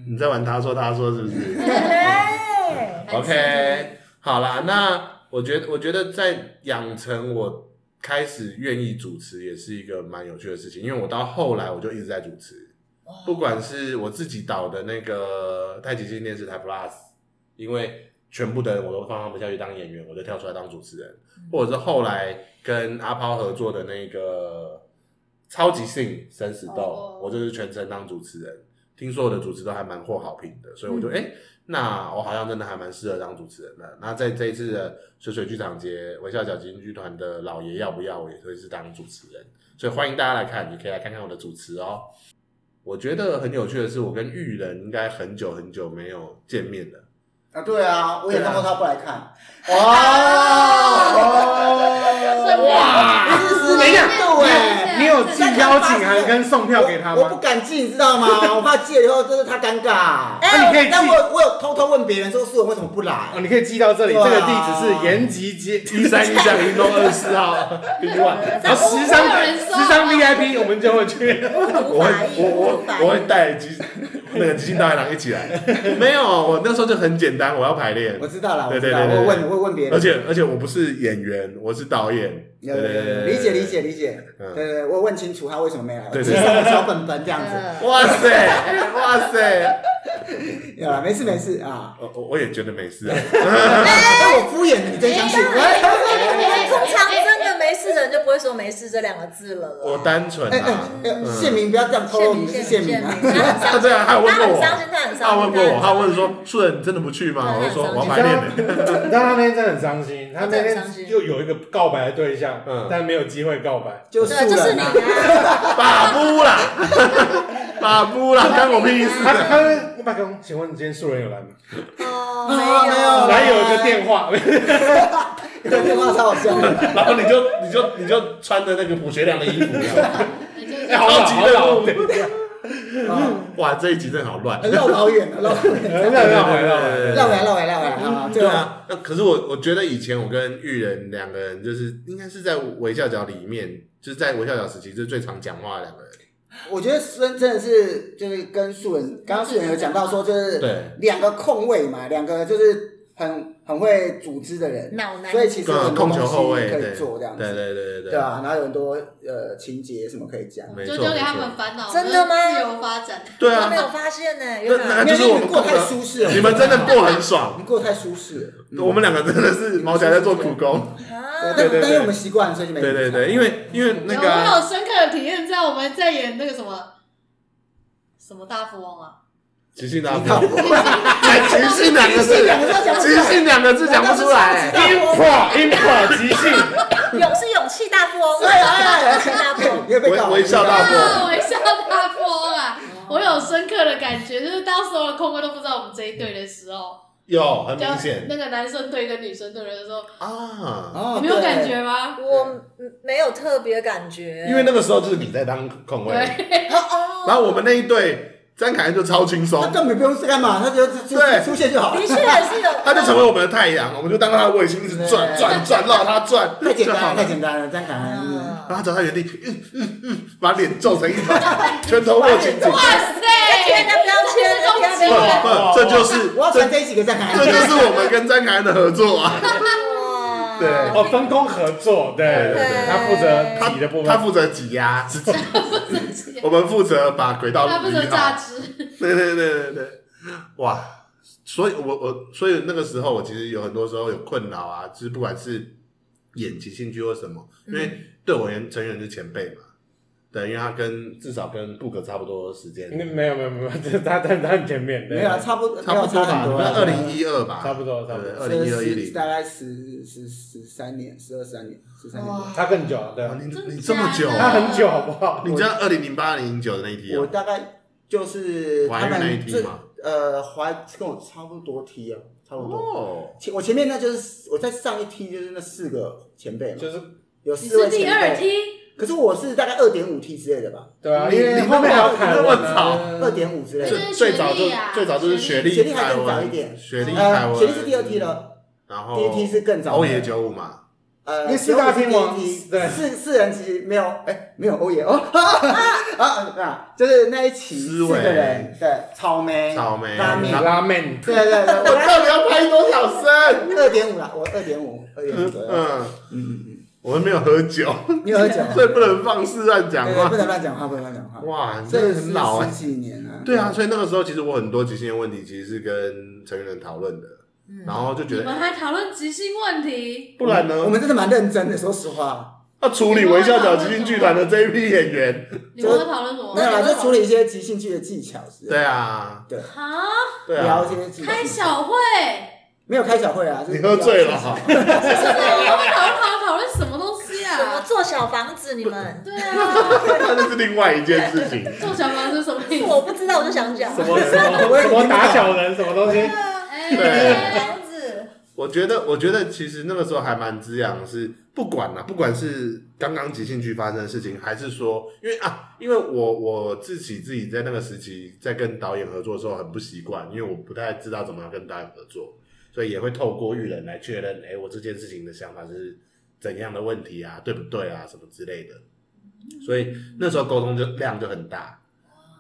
S1: 你在玩他说他说是不是
S4: 嘿
S1: ？OK，好啦，那我觉得我觉得在养成我开始愿意主持也是一个蛮有趣的事情，因为我到后来我就一直在主持，不管是我自己导的那个太极新电视台 Plus，因为全部的人我都放他们下去当演员，我就跳出来当主持人，或者是后来跟阿抛合作的那个超级性生死斗，
S2: 哦
S1: 我就是全程当主持人。听说我的主持都还蛮获好评的，所以我就哎、诶那我好像真的还蛮适合当主持人的。那在这一次的水水剧场节微笑小金剧团的老爷要不要，我也会是当主持人，所以欢迎大家来看，你可以来看看我的主持哦。我觉得很有趣的是，我跟玉人应该很久很久没有见面了。
S3: 啊对啊，我也看过他不来看，
S1: 哦
S2: 哇
S3: 哦哇
S5: 哇！
S3: 哇，四十
S5: 等一下
S3: 年度哎。
S1: 啊
S5: 你有寄邀请函跟送票给他
S3: 我我不
S5: 吗？
S3: 敢寄，你知 道吗？我怕寄了以后真的太尴尬。
S5: 那
S1: 哎
S5: 你可以
S3: 但
S5: 寄
S3: 我我有偷偷问别人说，素人为什么不来？
S1: 嗯
S5: 哦，你可以寄到这里，这
S3: 对啊
S5: 个地址是延吉街
S1: 一三一巷零栋二四号宾馆，
S5: 然后时尚
S2: 会有人收
S5: 时尚 VIP 我们就会去。
S4: 无
S1: 我会
S4: 法意，
S1: 我我
S4: 无法
S1: 我会
S4: 意。
S1: 带吉那个吉星导演郎一起来。 没有，我那时候就很简单，我要排练
S3: 我，知道了，我
S1: 对
S3: 知
S1: 对
S3: 道，我
S1: 对对
S3: 会
S1: 对
S3: 问，我会问别人。
S1: 而且而且我不是演员，我是导演。
S3: 有
S1: 对
S3: 有
S1: 对
S3: 有
S1: 对
S3: 有
S1: 对
S3: 理解理解理解，
S1: 嗯
S3: 对对对，我问清楚他为什么没来，
S1: 对对
S3: 我只
S1: 对
S3: 上个小本本这样子，
S4: 嗯
S1: 哇塞，哇塞！
S3: 有了，没事没事啊。
S1: 我我我也觉得没事啊。
S3: 但我敷衍你，真相信。
S4: 通常真的没事的人就不会说没事这两个字了啦。
S1: 我单纯
S3: 哎哎
S1: 啊，
S3: 哎，县民不要这样透露，你是县 民啊。
S1: 啊对啊，还有问过我，
S4: 他很伤心他很伤心
S1: 他有问过我，
S4: 他
S1: 他
S4: 很伤心
S1: 问说：“素人，你真的不去吗？”我
S4: 对
S1: 就说：“我
S4: 哎他很伤心
S1: 要
S5: 你
S1: 排
S5: 知道
S1: 练呢。”
S5: 你知道他那天真的很伤心，他
S4: 真
S5: 那
S4: 的
S5: 天
S4: 很伤心
S5: 就有一个告白的对象，
S1: 嗯
S5: 但没有机会告白。
S3: 就
S4: 对，
S3: 素
S4: 就是
S3: 人
S4: 你
S3: 啊，
S4: 啊！
S1: 把布啦，把布啦，关我屁事。
S5: 他
S1: 啊
S5: 他问麦克风，请问你今天素人有来吗？
S4: 哦，
S3: 啊没有
S5: 来有一个电话，
S3: 这 句话超好笑的。
S1: 然后你就你就你就穿着那个朴学亮的衣服，
S2: 你就
S1: 哎好老
S5: 好老
S1: 好老
S3: 啊
S1: 哇，这一集真的好乱。
S3: 绕老远了，绕老远
S1: 对
S3: 了，
S5: 很好很好
S3: 绕回来，绕回来，绕回来啊！
S1: 对
S3: 对啊，
S1: 啊，那可是我我觉得以前我跟玉人两个人就是应该是在微笑角里面，就是在微笑角时期就是最常讲话的两个人。
S3: 我觉得真真的是就是跟素人，刚刚素人有讲到说，就是
S1: 对，啊
S3: 两个空位嘛，两个就是很很会组织的人，
S4: 脑男
S3: 所以其实有很多
S1: 控
S3: 东
S1: 球
S3: 西
S1: 后卫
S3: 可
S1: 对
S3: 以做这样子。
S1: 对对对对嗯
S3: 对，啊，然后有很多呃情节什么可以讲。
S1: 没
S2: 就
S1: 错
S2: 交给他
S1: 没
S2: 们
S1: 错。
S2: 烦恼，
S4: 真的吗
S2: 我们自由发展，
S1: 对
S4: 都
S1: 啊，
S4: 没有发现呢，
S1: 那
S4: 原
S1: 那
S4: 来
S1: 就是我们
S3: 你
S1: 过
S3: 过太
S1: 得
S3: 舒适了，
S1: 你们真的过很爽
S3: 你。过太舒适了。嗯
S1: 我们两个真的是毛起来在做苦工。
S4: 啊
S3: 对，
S1: 对对
S3: 但但因为我们习惯，所以就没
S1: 对对对，因为因为那个啊、
S2: 有我有深刻的体验，在我们在演那个什么什么大富翁啊，
S1: 即兴搭配，才即兴两个字，即兴两个字讲不出来。
S5: impro impro 即兴，
S4: 勇是勇气大富翁，哎
S3: 对啊对啊对啊
S4: 勇气大富翁，
S3: 你会被
S1: 微
S3: 告
S1: 微笑大哦波，
S2: 啊，微笑大富翁啊，我有深刻的感觉，就是当时我的空位都不知道我们这一队的时候，
S1: 有很
S2: 就
S1: 明显
S2: 那个男生队跟女生队的时候，
S1: 啊，
S3: 哦
S2: 你没有
S3: 对
S2: 感觉
S1: 哦
S2: 吗？
S4: 我没有特别感觉，
S1: 因为那个时候就是你在当控卫，
S2: 对，
S4: 哦
S1: 然后我们那一队张凯恩就超轻松
S3: 他，根本不用干嘛，他就出出
S1: 对
S3: 出现就好
S4: 哦，
S3: 了
S4: 的，确也 是有，
S1: 他就成为我们的太阳，我们就当他的卫星一直转
S3: 对
S1: 转转绕他转，
S3: 太简
S1: 就好
S3: 单
S1: 了
S3: 了，太。简单了，这样感恩。
S1: 然后他
S4: 嗯
S1: 走到原地，嗯嗯嗯，把脸皱成一团，拳头握紧紧。嗯
S2: 哇塞，
S4: 劝他不要
S1: 就是
S3: 我要传这几个赞
S1: 这
S3: 凯。
S1: 就是我们跟张凯安的合作啊。
S4: 哇
S1: 对
S5: 哦，分工合作，对
S1: 对对
S4: 对
S5: 他负责己的部
S1: 他
S5: 分，
S1: 负责挤压自己，我们负责把轨道
S2: 他不
S1: 理
S2: 能榨
S1: 好。
S2: 汁，
S1: 对对对对对，哇！所以我我所以那个时候我其实有很多时候有困扰啊，就是不管是演即兴剧或什么，因
S2: 嗯
S1: 为对我而言成员是前辈嘛，对，因为他跟至少跟布格差不多时间，
S5: 那没有没有没有，这他他他很前面，对
S3: 没有啊，差不多，
S1: 差
S3: 没有
S1: 不多吧
S3: 很，多啊。
S1: 二零一二吧，
S5: 差不多差不多
S1: 二零一二一零。
S3: 大概十十十三年，十二十三年，十三年。
S2: 哇，
S5: 他更久，对，
S1: 啊你你这么久，啊
S5: 他很久好不好？
S1: 你知道二零零八零零九的那一题
S3: 我
S1: 哦，
S3: 大概就是
S1: 怀
S3: 他
S1: 孕那一
S3: 们
S1: 题
S3: 这
S1: 嘛。
S3: 呃怀跟我差不多梯啊，差不多。
S1: 哦，
S3: 前我前面那就是我在上一梯就是那四个前辈嘛，
S5: 就是
S3: 有
S2: 你
S3: 四
S2: 是
S3: 位
S2: 第二
S3: 前辈，
S2: 梯，
S3: 可是我是大概二点五 T 之类的吧，
S5: 对啊，
S1: 你
S5: 因为
S1: 你
S5: 后面还要看
S1: 那么
S5: 完啊
S1: 早
S2: 呃
S3: 二点五之类的。
S2: 是
S1: 最早就
S2: 学历啊
S1: 最早就是
S2: 学
S1: 学
S2: 历
S1: 历，
S3: 学历还
S1: 凯
S3: 更早
S1: 文
S3: 一点，
S1: 学历凯
S3: 呃，
S1: 文，
S3: 学历是第二
S1: 嗯
S3: 梯，了，
S1: 然后
S3: 第一梯是更早
S1: 欧
S3: 的
S1: 爷九五嘛，
S3: 呃，
S5: 因为四大天王
S3: 第一梯
S5: 对
S3: 四四人其实没有，哎，没有欧耶哦，啊啊，就是那一期
S1: 思
S3: 四个
S1: 维
S3: 人，对，草莓，
S1: 草莓
S3: 拉面，
S5: 拉面，
S3: 对对对，
S1: 我到底要拍多少声？
S3: 我二点五啦，我二点五，二点五左右，
S1: 嗯，
S3: 嗯，
S1: 我们没有喝酒，
S3: 你有讲，
S1: 所以不能放肆乱讲
S3: 对，
S1: 话
S3: 不。能乱讲话，不能乱讲话，
S1: 哇，你
S3: 这
S1: 真
S3: 个
S1: 的很老哎
S3: 十。几年了，
S1: 对啊，所以那个时候其实我很多即兴的问题其实是跟成员讨论的，然后就觉
S2: 你
S1: 得哎
S2: 们还讨论即兴问题，
S1: 不然呢，
S3: 我们真的蛮认真的，说实话，
S1: 要处理微笑角即兴剧团的这一批演员。
S2: 你们会讨论什么
S3: 没？有啦，
S4: 那你们
S3: 就处理一些即兴剧的技巧之类的，
S1: 对啊，
S3: 对，
S2: 啊，
S1: 对啊
S3: 聊，一些技巧
S2: 开，小会，
S3: 没有开小会啊，就是
S1: 你喝醉了
S3: 聊一些技巧
S1: 哈。
S2: 就是我们讨论讨论讨论什么东西
S4: 怎么
S2: 啊？
S4: 做小房子？你们？
S2: 对啊，
S1: 那就是另外一件事情。
S2: 做小房是什么意
S4: 我
S2: 思？
S4: 不知道，我就想讲。
S5: 什么什么什么打小人，什么东西？
S2: 哎，
S4: 房 子，
S1: 我觉得，我觉得其实那个时候还蛮滋养的是，不管啦、不管是刚刚即兴剧发生的事情，还是说，因为啊，因为我我自己自己在那个时期在跟导演合作的时候很不习惯，因为我不太知道怎么样跟导演合作，所以也会透过育人来确认，哎、我这件事情的想法是怎样的问题啊，对不对啊，什么之类的。所以那时候沟通就量就很大，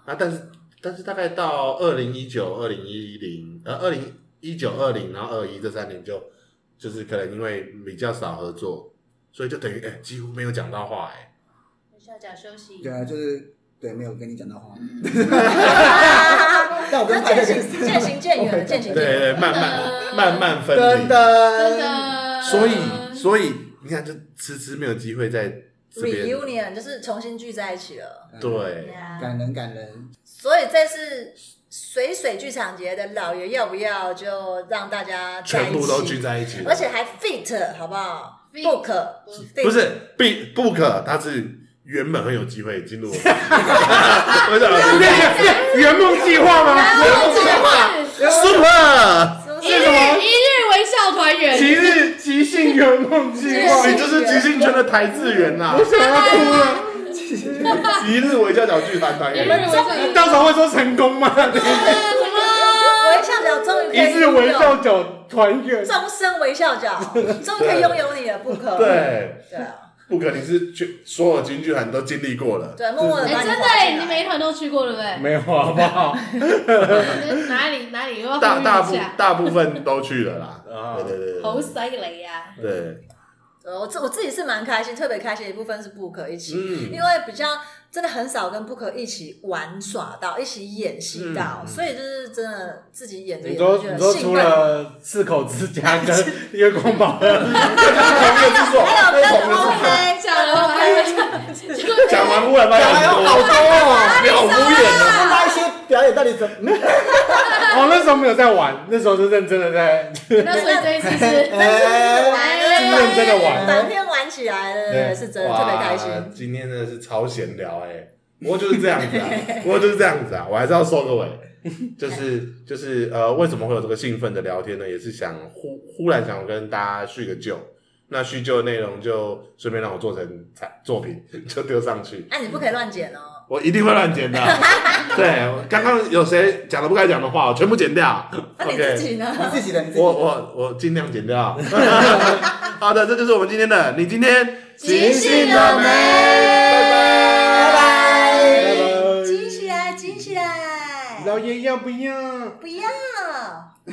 S1: 啊，但是但是大概到二零一九、二零一零、呃二零一九、二零，然后二一这三年就就是可能因为比较少合作，所以就等于哎、几乎没有讲到话哎、
S2: 我下脚休息。
S3: 对啊，就是对，没有跟你讲到话，但我
S4: 那
S3: 跟拍
S4: 渐
S3: 的 跟
S4: 行渐行渐远了，渐行
S1: 对
S4: 渐远。
S1: 对，慢慢慢慢分
S3: 噔
S1: 离，
S2: 真
S3: 噔，
S2: 的，
S1: 所以所以你看，就迟迟没有机会在这边，
S4: reunion 就是重新聚在一起了。
S1: 对，
S3: 感人感人，
S4: 所以这次水水剧场节的老爷要不要就让大家在
S1: 全
S4: 一
S1: 部都聚
S4: 起，
S1: 在一起了，
S4: 而且还 fit 好不好
S2: Fit
S4: ？book
S1: 不是必不可，他是原本很有机会进入我们， 我想
S5: 那个圆梦计划
S2: 哎
S5: 吗？
S1: super。
S2: 一日一日微笑团圆，
S5: 即日即兴圆梦计 划，
S1: 你就是即兴圈的台字员呐、
S5: 我想要哭了。
S1: 一日围教角剧团团
S2: 你们
S1: 员，
S5: 你到时候会说成功吗？
S4: 微笑角终于可
S5: 一
S4: 以
S5: 日
S4: 拥
S5: 微
S4: 有，
S5: 笑角团圆，
S4: 终身微笑角，终于可以拥有你了，book。
S1: 对，
S4: 对啊，
S1: 不可能是全所有京剧团都经历过了，
S4: 对，默默的
S2: 哎，
S4: 把你
S2: 真的
S4: 划进
S2: 哎，
S4: 来
S2: 你每一团都去过对不对？
S5: 没有好不好？
S2: 哪里哪里又要
S1: 大大
S2: 呼吁
S1: 部
S2: 一下？
S1: 大部分都去了啦。
S5: 啊
S1: 对对对
S2: 好
S1: 对
S2: 犀利啊！
S1: 对，
S4: 对我自我自己是蛮开心，特别开心的一部分是 book 一起，
S1: 嗯
S4: 因为比较真的很少跟 book 一起玩耍到，一起演戏到，
S1: 嗯嗯
S4: 所以就是真的自己演着
S5: 你
S4: 演
S5: 说
S4: 着觉
S5: 你
S4: 得
S5: 说
S4: 兴
S5: 除
S4: 奋。
S5: 了四口之家跟月光宝盒，
S1: 同一个制作，
S4: 还有
S1: 同
S4: 跟
S1: 一个制作，
S4: OK
S2: 讲
S4: 讲
S2: 了
S4: OK，
S2: OK，
S1: 讲完忽然发现
S3: 还有
S1: 很
S3: 哎好
S1: 多，
S3: 多哦，
S1: 你哎好敷衍哦。
S3: 那一些表演到底怎么？
S5: 我哦那时候没有在玩，那时候是认真的在
S2: 那所以 这一次是
S4: 哎
S5: 认真的玩。
S4: 短片玩起来了，是真的特别开
S1: 哇
S4: 心。
S1: 今天真的是超闲聊哎、不过就是这样子啊， 不过就是这样子啊，我还是要收个尾，就是就是呃，为什么会有这个兴奋的聊天呢？也是想忽忽然想跟大家叙个旧，那叙旧的内容就顺便让我做成产作品， 就丢上去，
S4: 哎，你不可以乱剪哦，
S1: 我一定会乱剪 的。对，刚刚有谁讲了不该讲的话，我全部剪掉。
S4: 那你自
S1: OK，
S4: 己呢？
S3: 你自己的，你自己
S1: 我
S3: 的。
S1: 我我尽量剪 掉。好的，这就是我们今天的，你今天
S2: 即兴了没
S1: 拜拜
S3: 拜拜
S5: 拜
S4: 惊喜来，惊喜来！
S5: 啊老爷要不要？